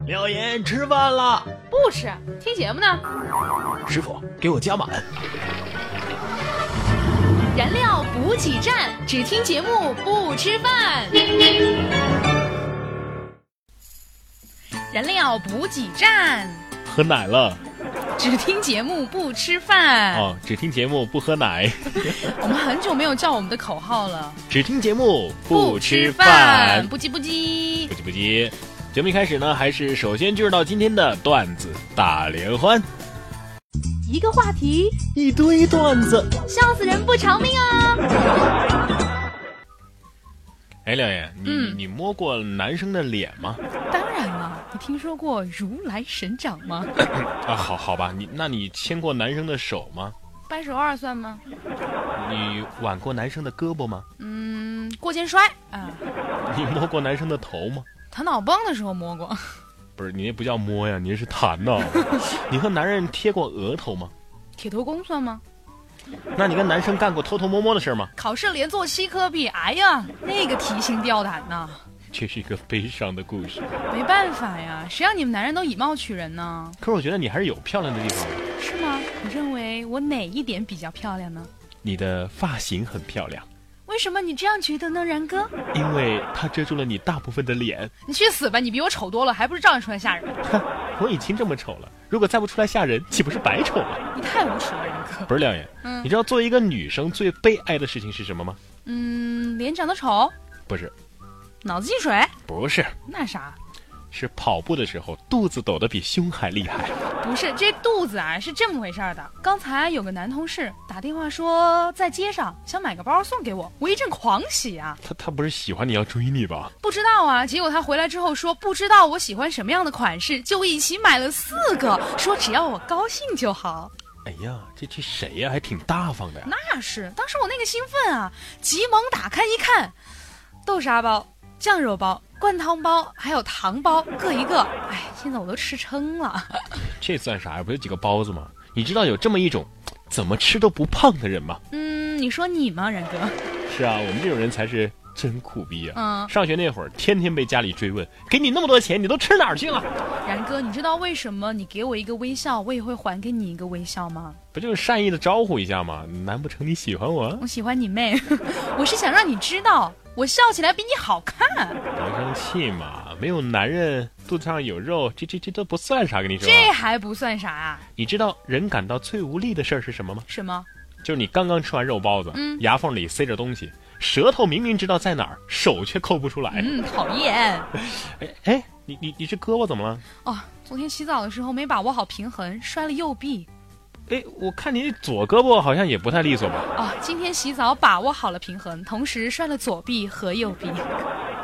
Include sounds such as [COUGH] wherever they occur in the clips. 廖岩吃饭了，不吃，听节目呢。师傅给我加满。燃料补给站，只听节目不吃饭。燃料补给站，喝奶了只听节目不吃饭。哦，只听节目不喝 [LAUGHS] 奶，我们很久没有叫我们的口号了，只听节目不吃饭，饭。不急不急不。急不急，节目一开始呢，还是首先进入到今天的段子大联欢，一个话题，一堆段子。笑死人不偿命啊！哎，廖岩，你、嗯你摸过男生的脸吗？当然了，你听说过如来神掌吗？啊，好好吧，你那你牵过男生的手吗？掰手腕算吗？你挽过男生的胳膊吗？嗯，过肩摔啊，你摸过男生的头吗？弹脑泵的时候摸过，不是，你那不叫摸呀，你那是弹 [LAUGHS] 呐。你和男人贴过额头吗？铁头功算吗？那你跟男生干过偷偷摸摸的事儿吗？考试连做七科比，哎呀，那个提心吊胆呐！这是一个悲伤的故事。没办法呀，谁让你们男人都以貌取人呢？可是我觉得你还是有漂亮的地方的，是吗？你认为我哪一点比较漂亮呢？你的发型很漂亮，为什么你这样觉得呢，然哥？因为它遮住了你大部分的脸。你去死吧！你比我丑多了，还不是照样出来吓人？我已经这么丑了，如果再不出来吓人，岂不是白丑了？你太无耻了，然哥。不是亮眼，嗯你知道作为一个女生最悲哀的事情是什么吗？嗯，脸长得丑，不是，脑子进水，不是，那啥，是跑步的时候肚子抖得比胸还厉害。不是这肚子啊，是这么回事儿的。刚才有个男同事打电话说在街上想买个包送给我，我一阵狂喜啊！他他不是喜欢你要追你吧？不知道啊，结果他回来之后说不知道我喜欢什么样的款式，就一起买了四个，说只要我高兴就好。哎呀，这这谁呀、还挺大方的呀、那是，当时我那个兴奋啊，急忙打开一看，豆沙包、酱肉包、灌汤包还有糖包各一个，哎，现在我都吃撑了。这算啥呀？不就几个包子吗？你知道有这么一种怎么吃都不胖的人吗？嗯，你说你吗，然哥？是啊，我们这种人才是真苦逼啊！嗯，上学那会儿，天天被家里追问，给你那么多钱，你都吃哪儿去了？然哥，你知道为什么你给我一个微笑，我也会还给你一个微笑吗？不就是善意的招呼一下吗？难不成你喜欢我？我喜欢你妹， [LAUGHS] 我是想让你知道，我笑起来比你好看。别生气嘛，没有男人肚子上有肉，这这这都不算啥，跟你说。这还不算啥啊？你知道人感到最无力的事儿是什么吗？什么？就是你刚刚吃完肉包子，嗯牙缝里塞着东西，舌头明明知道在哪儿，手却抠不出来。嗯，讨厌。哎哎，你你你这胳膊怎么了？哦，昨天洗澡的时候没把握好平衡，摔了右臂。哎，我看你左胳膊好像也不太利索吧？哦，今天洗澡把握好了平衡，同时摔了左臂和右臂。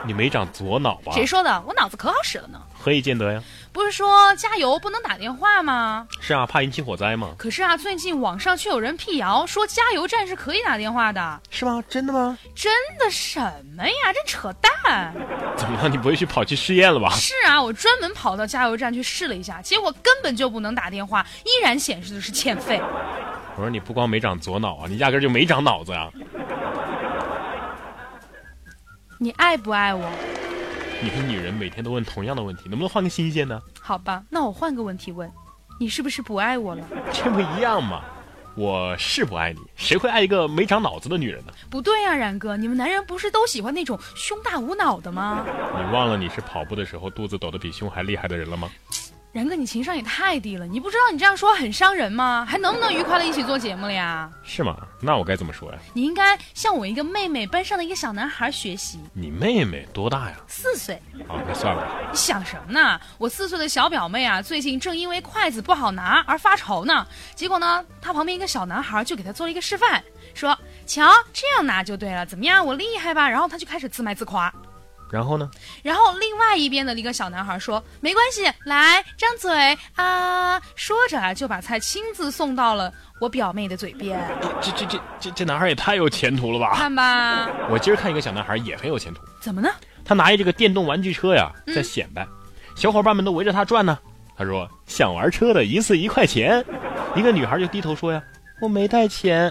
你没长左脑吧？谁说的？我脑子可好使了呢。何以见得呀？不是说加油不能打电话吗？是啊，怕引起火灾嘛。可是啊，最近网上却有人辟谣说加油站是可以打电话的，是吗？真的吗？真的什么呀？真扯淡！怎么了？你不会去跑去试验了吧？是啊，我专门跑到加油站去试了一下，结果根本就不能打电话，依然显示的是欠费。我说你不光没长左脑啊，你压根儿就没长脑子啊！你爱不爱我？你们女人每天都问同样的问题，能不能换个新鲜的？好吧，那我换个问题问，你是不是不爱我了？这不一样吗？我是不爱你，谁会爱一个没长脑子的女人呢？不对啊，冉哥，你们男人不是都喜欢那种胸大无脑的吗？你忘了你是跑步的时候肚子抖得比胸还厉害的人了吗？然哥，你情商也太低了！你不知道你这样说很伤人吗？还能不能愉快的一起做节目了呀？是吗？那我该怎么说呀？你应该向我一个妹妹班上的一个小男孩学习，你妹妹多大呀？四岁。啊，那算了吧。你想什么呢？我四岁的小表妹啊，最近正因为筷子不好拿而发愁呢。结果呢，她旁边一个小男孩就给她做了一个示范，说：“瞧，这样拿就对了，怎么样？我厉害吧？”然后她就开始自卖自夸。然后呢？然后另外一边的一个小男孩说：“没关系，来张嘴啊！”说着啊，就把菜亲自送到了我表妹的嘴边。这这这这这男孩也太有前途了吧！看吧，我今儿看一个小男孩也很有前途，怎么呢？他拿一这个电动玩具车呀，在显摆，小伙伴们都围着他转呢。他说想玩车的一次一块钱，一个女孩就低头说呀，我没带钱。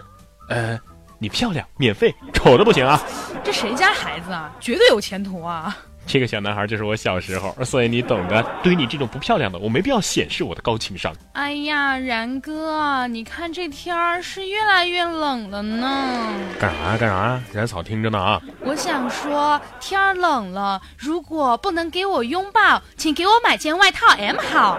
呃，你漂亮，免费，丑的不行啊。这谁家孩子啊？绝对有前途啊！这个小男孩就是我小时候，所以你懂的。对于你这种不漂亮的，我没必要显示我的高情商。 [LAUGHS] 哎呀，然哥，你看这天儿是越来越冷了呢。干啥干啥？冉嫂听着呢啊！我想说，天儿冷了，如果不能给我拥抱，请给我买件外套 M 号。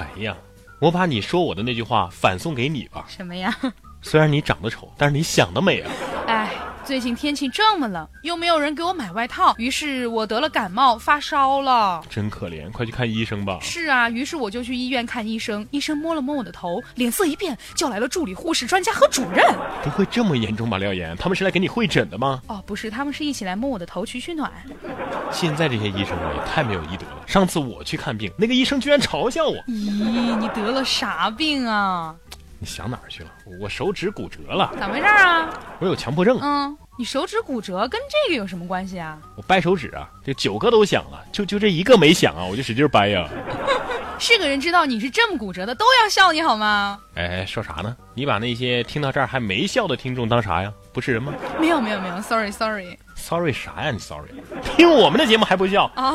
哎呀，我把你说我的那句话反送给你吧。什么呀？虽然你长得丑，但是你想得美啊！哎，最近天气这么冷，又没有人给我买外套，于是我得了感冒，发烧了。真可怜，快去看医生吧。是啊，于是我就去医院看医生。医生摸了摸我的头，脸色一变，叫来了助理、护士、专家和主任。不会这么严重吧，廖岩？他们是来给你会诊的吗？哦，不是，他们是一起来摸我的头取取暖。现在这些医生啊，也太没有医德了。嗯上次我去看病，那个医生居然嘲笑我。咦，你得了啥病啊？你想哪儿去了？我手指骨折了，咋回事儿啊？我有强迫症，嗯，你手指骨折跟这个有什么关系啊？我掰手指啊，这九个都响了，就就这一个没响啊，我就使劲掰呀、是个人知道你是这么骨折的，都要笑你好吗？哎，说啥呢？你把那些听到这儿还没笑的听众当啥呀？不是人吗没有没有没有，sorry sorry ？Sorry 啥呀？你 Sorry，听我们的节目还不笑，啊、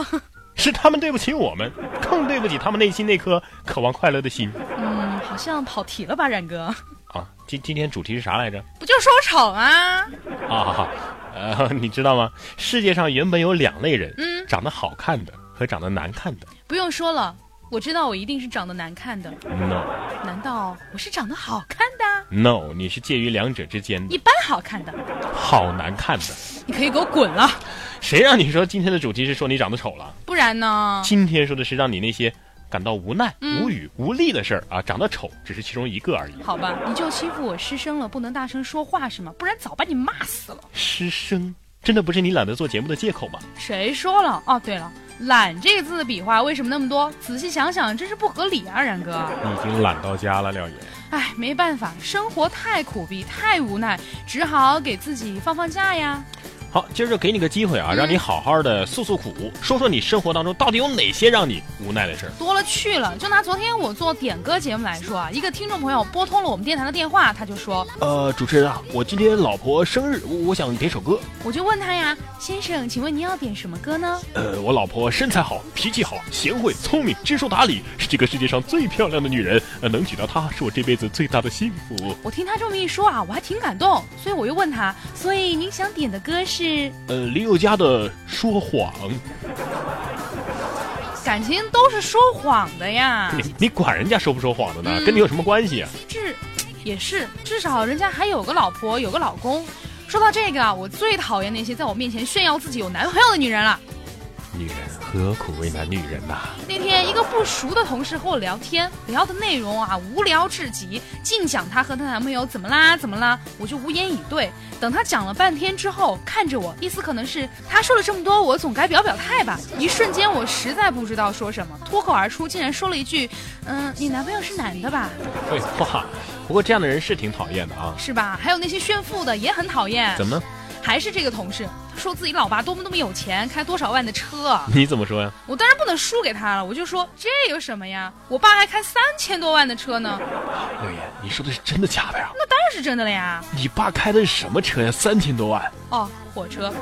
是他们对不起我们，更对不起他们内心那颗渴望快乐的心嗯，好像跑题了吧，冉哥？啊！今今天主题是啥来着？不就是说我丑吗？啊，呃，你知道吗？世界上原本有两类人，嗯，长得好看的和长得难看的。不用说了，我知道我一定是长得难看的。 No 难道我是长得好看的？ No，你是介于两者之间的，一般好看的，好难看的。你可以给我滚了，谁让你说今天的主题是说你长得丑了？不然呢？今天说的是让你那些感到无奈、嗯无语、无力的事儿啊，长得丑只是其中一个而已。好吧，你就欺负我失声了，不能大声说话是吗？不然早把你骂死了。失声真的不是你懒得做节目的借口吗？谁说了？哦，对了，懒这个字的笔画为什么那么多？仔细想想，真是不合理啊，冉哥。你已经懒到家了，廖岩。唉，没办法，生活太苦逼，太无奈，只好给自己放放假呀。好，今儿就给你个机会啊，嗯让你好好的诉诉苦，说说你生活当中到底有哪些让你无奈的事儿。多了去了。就拿昨天我做点歌节目来说啊，一个听众朋友拨通了我们电台的电话，他就说，呃，主持人啊，我今天老婆生日，我我想点首歌。我就问他呀，先生，请问您要点什么歌呢？呃，我老婆身材好，脾气好，贤惠，聪明，知书达理，是这个世界上最漂亮的女人。呃，能娶到她是我这辈子最大的幸福。我听他这么一说啊，我还挺感动，所以我又问他，所以您想点的歌是？呃，林宥嘉的《说谎》感情都是说谎的呀，你，你管人家说不说谎的呢？嗯跟你有什么关系啊？至也是，至少人家还有个老婆，有个老公。说到这个啊，我最讨厌那些在我面前炫耀自己有男朋友的女人了。女人何苦为难女人呐、那天一个不熟的同事和我聊天，聊的内容啊无聊至极，尽讲她和她男朋友怎么啦怎么啦，我就无言以对。等她讲了半天之后，看着我，意思可能是她说了这么多，我总该表表态吧。一瞬间，我实在不知道说什么，脱口而出竟然说了一句：“嗯，你男朋友是男的吧？废话，不过这样的人是挺讨厌的啊。是吧？”还有那些炫富的也很讨厌。 [LAUGHS] 怎么呢？还是这个同事说自己老爸多么多么有钱，开多少万的车。啊你怎么说呀、我当然不能输给他了，我就说这有什么呀？我爸还开三千多万的车呢，六爷，哎你说的是真的假的呀？那当然是真的了呀。你爸开的是什么车呀？三千多万？哦，火车。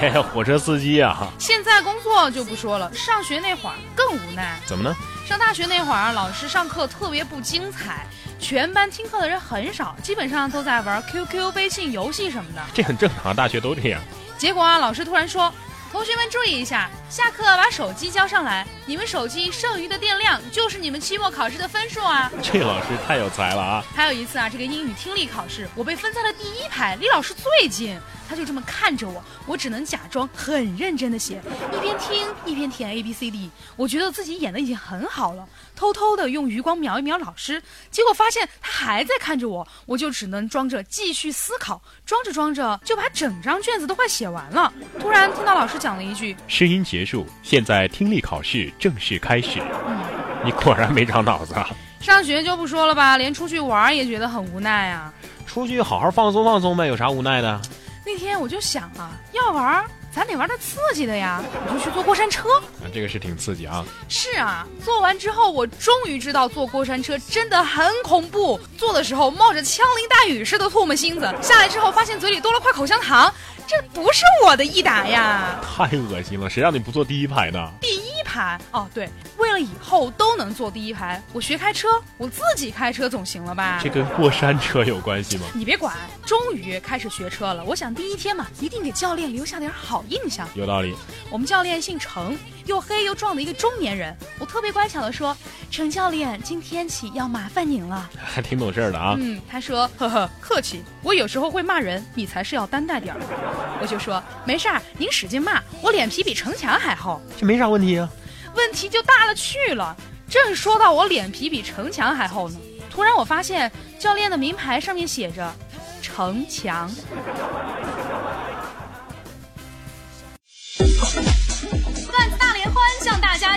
嘿嘿，火车司机啊？现在工作就不说了，上学那会儿更无奈。怎么呢？上大学那会儿，啊老师上课特别不精彩，全班听课的人很少，基本上都在玩 QQ、微信游戏什么的。这很正常，大学都这样。结果啊，老师突然说：“同学们注意一下，下课把手机交上来，你们手机剩余的电量就是你们期末考试的分数啊。”这老师太有才了啊！还有一次啊，这个英语听力考试，我被分在了第一排，离老师最近。他就这么看着我，我只能假装很认真的写，一边听一边填 A B C D。我觉得自己演的已经很好了，偷偷的用余光瞄一瞄老师，结果发现他还在看着我，我就只能装着继续思考，装着装着就把整张卷子都快写完了。突然听到老师讲了一句试音结束，现在听力考试正式开始。你果然没长脑子啊！：“上学就不说了吧，连出去玩儿也觉得很无奈啊。”出去好好放松放松呗，有啥无奈的？那天我就想啊，要玩儿咱得玩点刺激的呀，我就去坐过山车。啊，这个是挺刺激啊。是啊，做完之后我终于知道坐过山车真的很恐怖。坐的时候冒着枪林弹雨似的唾沫星子，下来之后发现嘴里多了块口香糖，这不是我的益达呀。太恶心了，谁让你不坐第一排呢？第一排哦，对，为了以后都能坐第一排，我学开车，我自己开车总行了吧这？跟过山车有关系吗？你别管，终于开始学车了。我想第一天嘛，一定给教练留下点好印象。有道理，我们教练姓程，又黑又壮的一个中年人。我特别乖巧的说：“程教练，今天起要麻烦您了。还挺懂事儿的啊。嗯，他说：“ [LAUGHS] 呵呵，客气，我有时候会骂人，你才是要担待点儿。”我就说：“没事儿，您使劲骂，我脸皮比城墙还厚。这没啥问题啊。”问题就大了去了。正说到我脸皮比城墙还厚呢，突然我发现教练的名牌上面写着“城墙”。段子大联欢向大家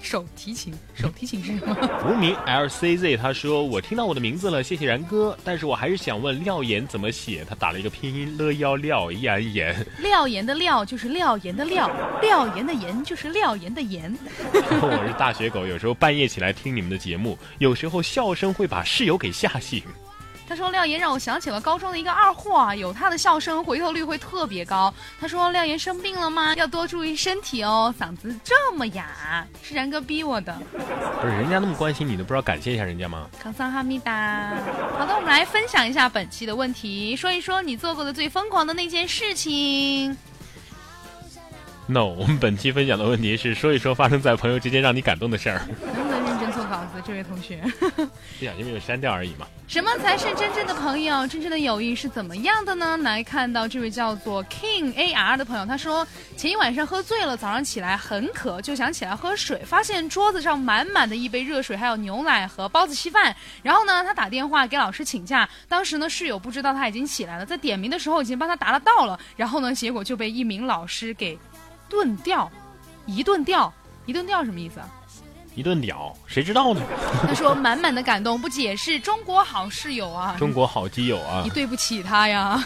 手提琴，手提琴是什么？无名 LCZ？他说我听到我的名字了，谢谢然哥，但是我还是想问廖岩怎么写？他打了一个拼音乐幺廖，E 岩岩，廖岩的廖就是廖岩的廖，廖岩的岩就是廖岩的岩。 [LAUGHS] 我是大学狗，有时候半夜起来听你们的节目，有时候笑声会把室友给吓醒。他说廖岩让我想起了高中的一个二货啊，有他的笑声，回头率会特别高。他说廖岩生病了吗？要多注意身体哦，嗓子这么哑，是然哥逼我的。不是人家那么关心你，都不知道感谢一下人家吗？康桑哈密达。好的，我们来分享一下本期的问题，说一说你做过的最疯狂的那件事情。 no,，我们本期分享的问题是说一说发生在朋友之间让你感动的事儿。 [LAUGHS] 能不能认真做稿子，这位同学？不小心没有删掉而已嘛。什么才是真正的朋友？真正的友谊是怎么样的呢？来看到这位叫做 King AR 的朋友，他说前一晚上喝醉了，早上起来很渴，就想起来喝水，发现桌子上满满的一杯热水，还有牛奶和包子稀饭。然后呢，他打电话给老师请假，当时呢室友不知道他已经起来了，在点名的时候已经帮他答了到了，然后呢结果就被一名老师给顿掉，一顿掉，一顿掉什么意思啊？一顿屌，谁知道呢？他说满满的感动，不解释中国好室友啊。中国好基友啊你！对不起他呀。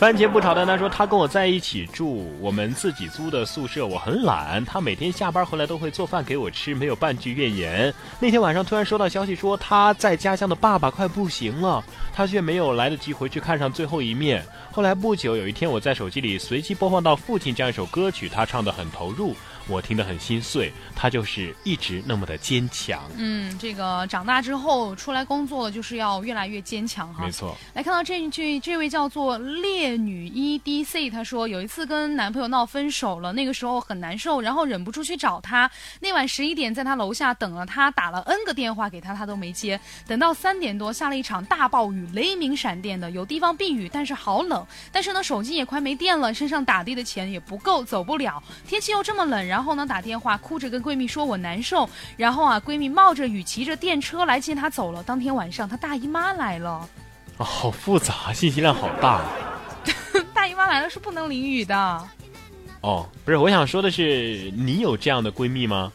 番茄不炒蛋他说他跟我在一起住，我们自己租的宿舍，我很懒，他每天下班回来都会做饭给我吃，没有半句怨言。那天晚上突然收到消息说他在家乡的爸爸快不行了，他却没有来得及回去看上最后一面。后来不久有一天我在手机里随机播放到《父亲》这样一首歌曲，他唱得很投入，我听得很心碎。他就是一直那么的坚强，嗯，这个长大之后出来工作就是要越来越坚强哈没。错。来看到这一句，这位叫做烈女 E D C，她说有一次跟男朋友闹分手了，那个时候很难受，然后忍不住去找他。那晚十一点在他楼下等了他，打了 N 个电话给他，他都没接。等到三点多，下了一场大暴雨，雷鸣闪电的，有地方避雨，但是好冷。但是呢，手机也快没电了，身上打的的钱也不够，走不了。天气又这么冷，然后呢，打电话哭着跟闺蜜说我难受。然后啊，闺蜜冒着雨骑着电车来接她走了。当天晚上，她大姨妈来了。啊，好复杂，信息量好大大姨妈来了是不能淋雨的。哦。不是，我想说的是，你有这样的闺蜜吗？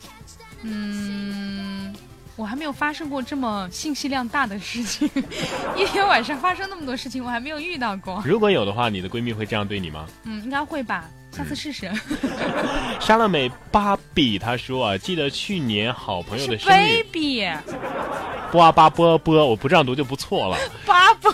嗯，我还没有发生过这么信息量大的事情， [LAUGHS] 一天晚上发生那么多事情，我还没有遇到过。 [LAUGHS] 如果有的话，你的闺蜜会这样对你吗？嗯，应该会吧，下次试试。莎乐美芭比她说啊，记得去年好朋友是的生日， baby 波啊巴波波，我不这样读就不错了。巴布，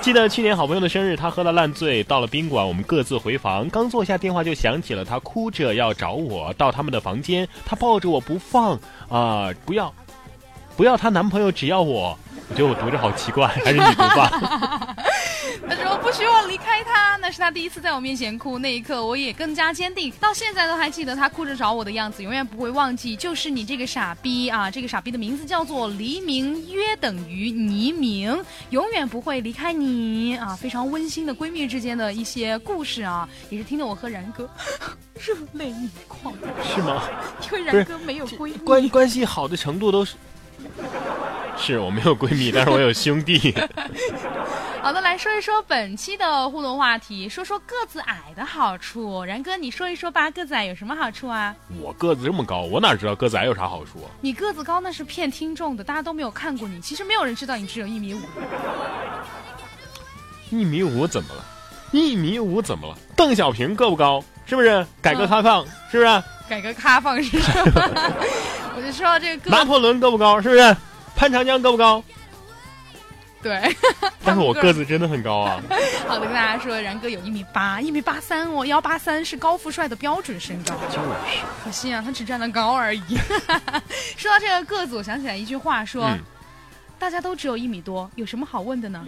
记记得去年好朋友的生日，他喝了烂醉，到了宾馆，我们各自回房，刚坐下电话就响起了，他哭着要找我到他们的房间，他抱着我不放啊、不要，不要她男朋友，只要我。我觉得我读着好奇怪，还是你读 [LAUGHS] 吧。他说不许我离开他，那是他第一次在我面前哭，那一刻我也更加坚定，到现在都还记得他哭着找我的样子，永远不会忘记。就是你这个傻逼啊！这个傻逼的名字叫做黎明，约等于黎明，永远不会离开你啊！非常温馨的闺蜜之间的一些故事啊， [LAUGHS] 也是听得我和然哥热泪盈眶，是吗？因为不是然哥没有闺蜜。关关系好的程度都是，是我没有闺蜜，但是我有兄弟。好的，来说一说本期的互动话题，说说个子矮的好处。然哥，你说一说吧，个子矮有什么好处啊？我个子这么高，我哪知道个子矮有啥好处？你个子高那是骗听众的，大家都没有看过你，其实没有人知道你只有一米五。一米五怎么了？一米五怎么了？邓小平个不高，是不是？改革开放、是不是？改革开放是什么？我就说这个拿个破仑个不高，是不是？潘长江个不高？对， [LAUGHS] 但是我他们个个子真的很高啊！好的跟大家说，然哥有一米八，一米八三哦，幺八三是高富帅的标准身高。就是，可惜啊，他只站得高而已。 [LAUGHS] 说到这个个子，我想起来一句话说，嗯大家都只有一米多，有什么好问的呢？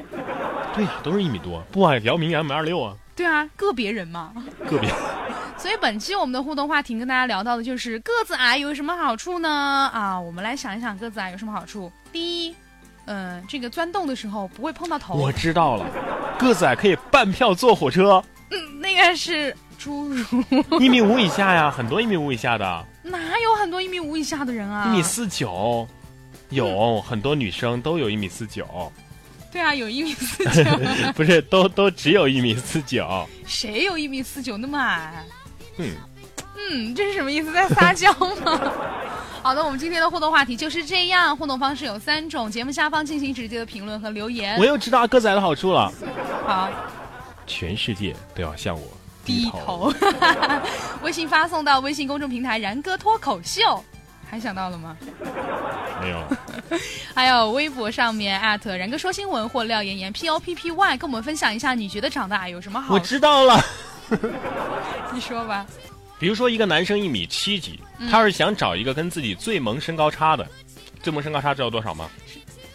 对呀、都是一米多。不啊，姚明也米二六啊，对啊，个别人嘛。个别。 [LAUGHS] 所以本期我们的互动话题跟大家聊到的就是个子矮有什么好处呢？啊，我们来想一想个子矮有什么好处。第一，嗯、这个钻洞的时候不会碰到头我，知道了，个子矮可以半票坐火 [LAUGHS] 车，嗯，那个是侏儒，一米五以下呀，很多一米五以下啊的，哪有很多一米五以下的人啊？一米四九，有很多女生都有一米四九， [LAUGHS] 对啊，有一米四九，不是都都只有一米四九。谁有一米四九那么矮？嗯，嗯，这是什么意思？在撒娇吗？ [LAUGHS] 好的，我们今天的互动话题就是这样。互动方式有三种，节目下方进行直接的评论和留言我。又知道个子矮的好处了，好，全世界都要向我低低头。头。 [LAUGHS] 微信发送到微信公众平台“然哥脱口秀”，还想到了吗？没有。还有微博上面艾特然哥说新闻或廖妍妍 P O P P Y，跟我们分享一下你觉得长得矮有什么 [LAUGHS] 好我处？知道了。你说吧。比如说一个男生一米七几，他要是想找一个跟自己最萌身高差的，最萌身高差知道多少吗？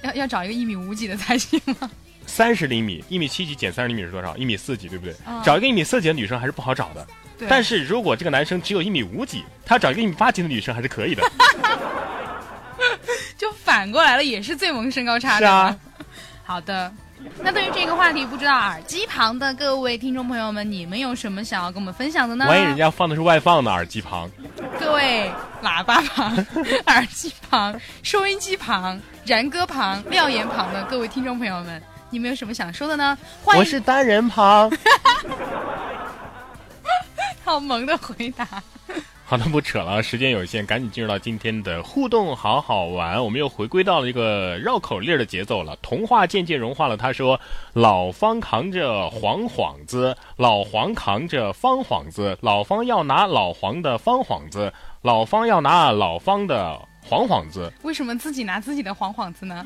要要找一个一米五几的才行 [LAUGHS] 吗？三十厘米，一米七几减三十厘米是多少？一米四几，对不对？嗯找一个一米四几的女生还是不好找的。对但是如果这个男生只有一米五几，他找一个一米八几的女生还是 [LAUGHS] 可以的。就反过来了，也是最萌身高差是的。啊，好的。那对于这个话题，不知道耳机旁的各位听众朋友们，你们有什么想要跟我们分享的呢？万一人家放的是外放的耳机旁，各位喇叭旁、耳机旁、收音机旁、然哥旁、廖岩旁的各位听众朋友们，你们有什么想说的呢？欢我迎是单人旁。好萌的回答。好的，不扯了，时间有限，赶紧进入到今天的互动，好好玩。我们又回归到了一个绕口令儿的节奏了。童话渐渐融化了，他说：“老方扛着黄幌子，老黄扛着方幌子，老方要拿老黄的方幌子，老方要拿老方的黄幌子。为什么自己拿自己的黄幌子呢？”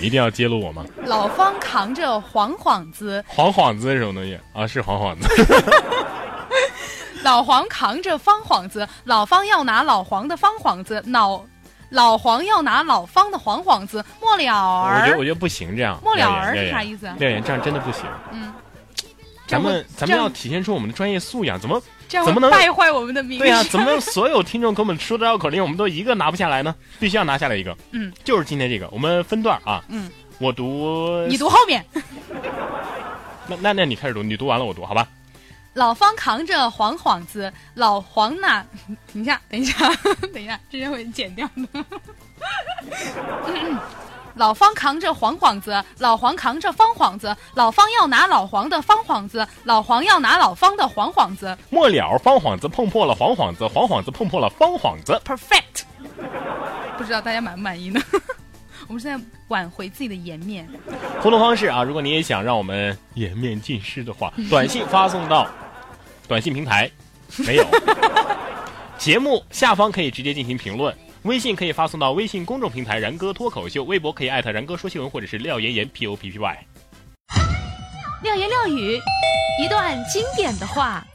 一定要揭露我吗？老方扛着黄幌子，黄幌子是什么东西啊？是黄幌子。老黄扛着方幌子，老方要拿老黄的方幌子，老老黄要拿老方的黄幌子，末了我觉得我儿。觉得不行，这样。末了儿廖是岩啥意思啊廖岩，这样真的不行。嗯，咱们这样会咱这们样要体现出我们的专业素养，怎么？这样怎么会能败坏我们 [LAUGHS] 的名对呀、声。怎么所有听众给我们出的绕口令，我们都一个拿不下来呢？必须要拿下来一个。嗯，就是今天这个，我们分段啊。嗯，我读，你读后面。那那那你开始读，你读完了我读，好吧？老方扛着黄幌子，老黄拿…… [LAUGHS] 等一下，等一下， [LAUGHS] 等一下，这些会剪掉的。 [LAUGHS] 老方扛着黄幌子，老黄扛着方幌子，老方要拿老黄的方幌子，老黄要拿老方的黄幌子。末了，方幌子碰破了黄幌子，黄幌子碰破了方幌子。 Perfect，不知道大家满不满意呢？ [LAUGHS] 我们是在挽回自己的颜面。互动方式啊，如果你也想让我们颜面尽失的嗯话，短信发送到 [LAUGHS] 短信平台，没有。节目下方可以直接进行评论。微信可以发送到微信公众平台“然哥脱口秀”，微博可以艾特“然哥说新闻”或者是廖岩岩 P O P P Y。廖言廖语，一段经典的话。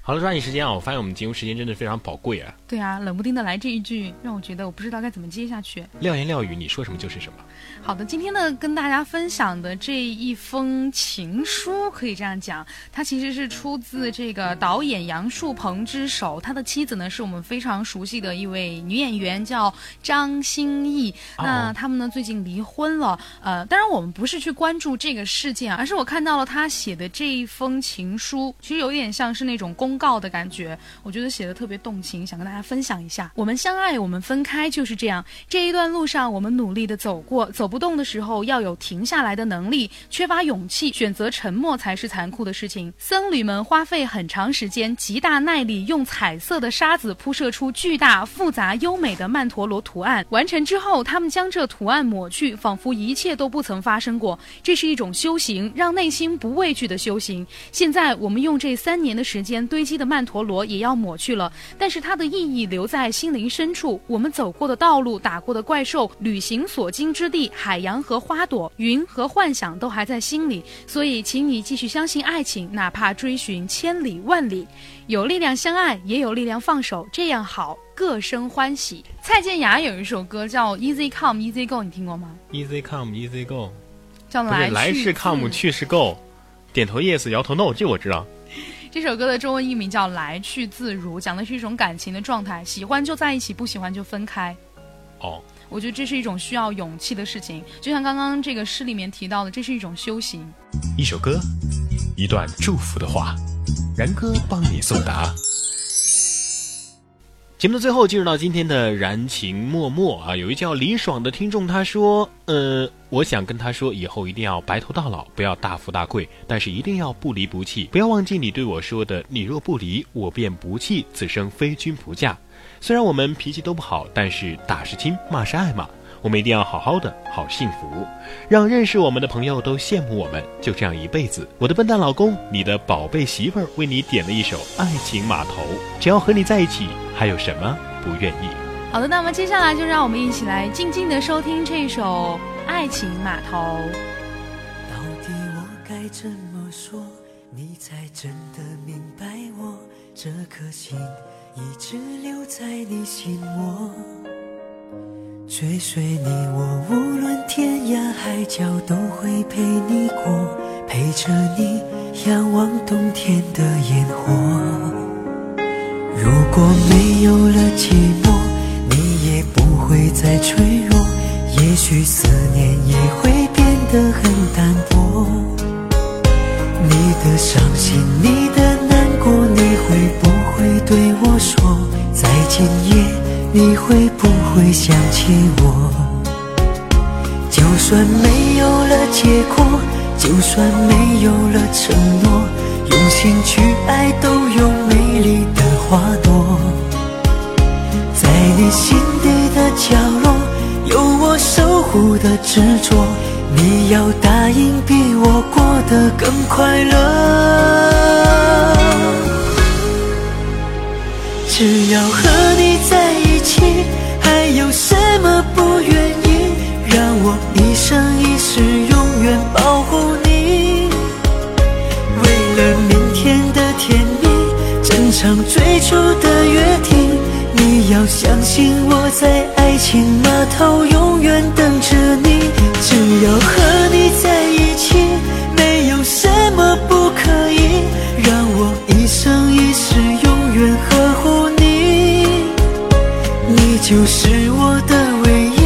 好了，抓紧时间啊！我发现我们节目时间真的非常宝贵啊！对啊，冷不丁的来这一句，让我觉得我不知道该怎么接下去。廖言廖语，你说什么就是什么。好的，今天呢，跟大家分享的这一封情书，可以这样讲，它其实是出自这个导演杨树鹏之手，他的妻子呢是我们非常熟悉的一位女演员，叫张歆艺。那他们呢最近离婚了，呃，当然我们不是去关注这个事件啊，而是我看到了他写的这一封情书，其实有点像是那种公告的感觉，我觉得写的特别动情，想跟大家分享一下。我们相爱，我们分开就是这样，这一段路上我们努力的走过，走不动的时候要有停下来的能力，缺乏勇气，选择沉默才是残酷的事情。僧侣们花费很长时间，极大耐力，用彩色的沙子铺设出巨大、复杂、优美的曼陀罗图案。完成之后，他们将这图案抹去，仿佛一切都不曾发生过。这是一种修行，让内心不畏惧的修行。现在我们用这三年的时间堆积的曼陀罗也要抹去了，但是它的意义留在心灵深处。我们走过的道路、打过的怪兽、旅行所经之地、海洋和花朵、云和幻想都还在心里。所以，请你继续相信爱情，哪怕追寻千里万里。有力量相爱，也有力量放手，这样好，各生欢喜。蔡健雅有一首歌叫《Easy Come Easy Go》，你听过吗？ Easy come, easy go，叫不是来去是 come，自去是 go，点头 yes，摇头 no，这我知道。这首歌的中文译名叫《来去自如》，讲的是一种感情的状态，喜欢就在一起，不喜欢就分开。哦，我觉得这是一种需要勇气的事情，就像刚刚这个诗里面提到的，这是一种修行。一首歌，一段祝福的话，然哥帮你送达。节目的最后进入到今天的燃情脉脉啊，有一叫李爽的听众他说，呃，我想跟他说，以后一定要白头到老，不要大富大贵，但是一定要不离不弃，不要忘记你对我说的“你若不离，我便不弃，此生非君不嫁”。虽然我们脾气都不好，但是打是亲，骂是爱嘛，我们一定要好好的，好幸福，让认识我们的朋友都羡慕我们，就这样一辈子。我的笨蛋老公，你的宝贝媳妇儿为你点了一首《爱情码头》，只要和你在一起，还有什么不愿意？好的，那么接下来就让我们一起来静静的收听这首《爱情码头》。到底我该怎么说，你才真的明白我这颗心一直留在你心窝，追随你我无论天涯海角都会陪你过，陪着你仰望冬天的烟火。如果没有了寂寞，你也不会再脆弱。也许思念也会变得很淡薄。你的伤心，你的难过，你会不会对我说？在今夜，你会不会想起我？就算没有了结果，就算没有了承诺，用心去爱都有美丽的花朵。在你心底的角落，有我守护的执着。你要答应比我过得更快乐。只要和你在一起，还有什么不愿意？让我一生一世永远保护你。为了明天的甜蜜，争场最初的约定，你要相信我在爱情码头永远等着你。只要和你在一起，没有什么不可以，让我一生一世永远呵护你。你就是我的唯一，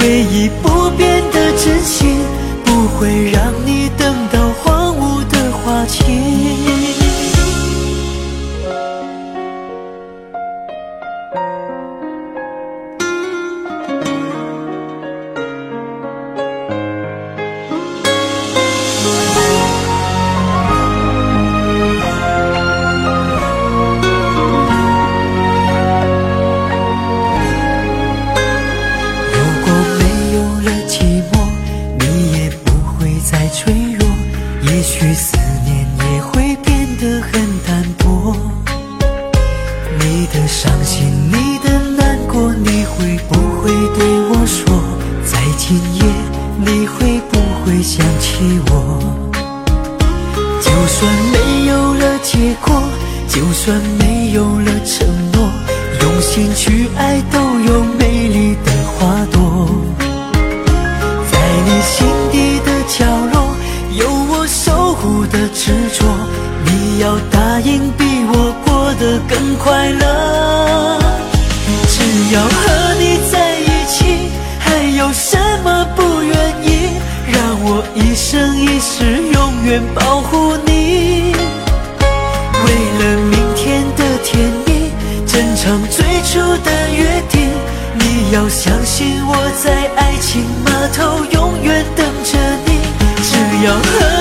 唯一不变的真心，不会让你等到荒芜的花期。没有了承诺，用心去爱都有美丽的花朵。在你心底的角落，有我守护的执着。你要答应比我过得更快乐。只要和你在一起，还有什么不愿意？让我一生一世永远保护你。为了明天的甜蜜，珍藏最初的约定。你要相信我在爱情码头永远等着你，只要和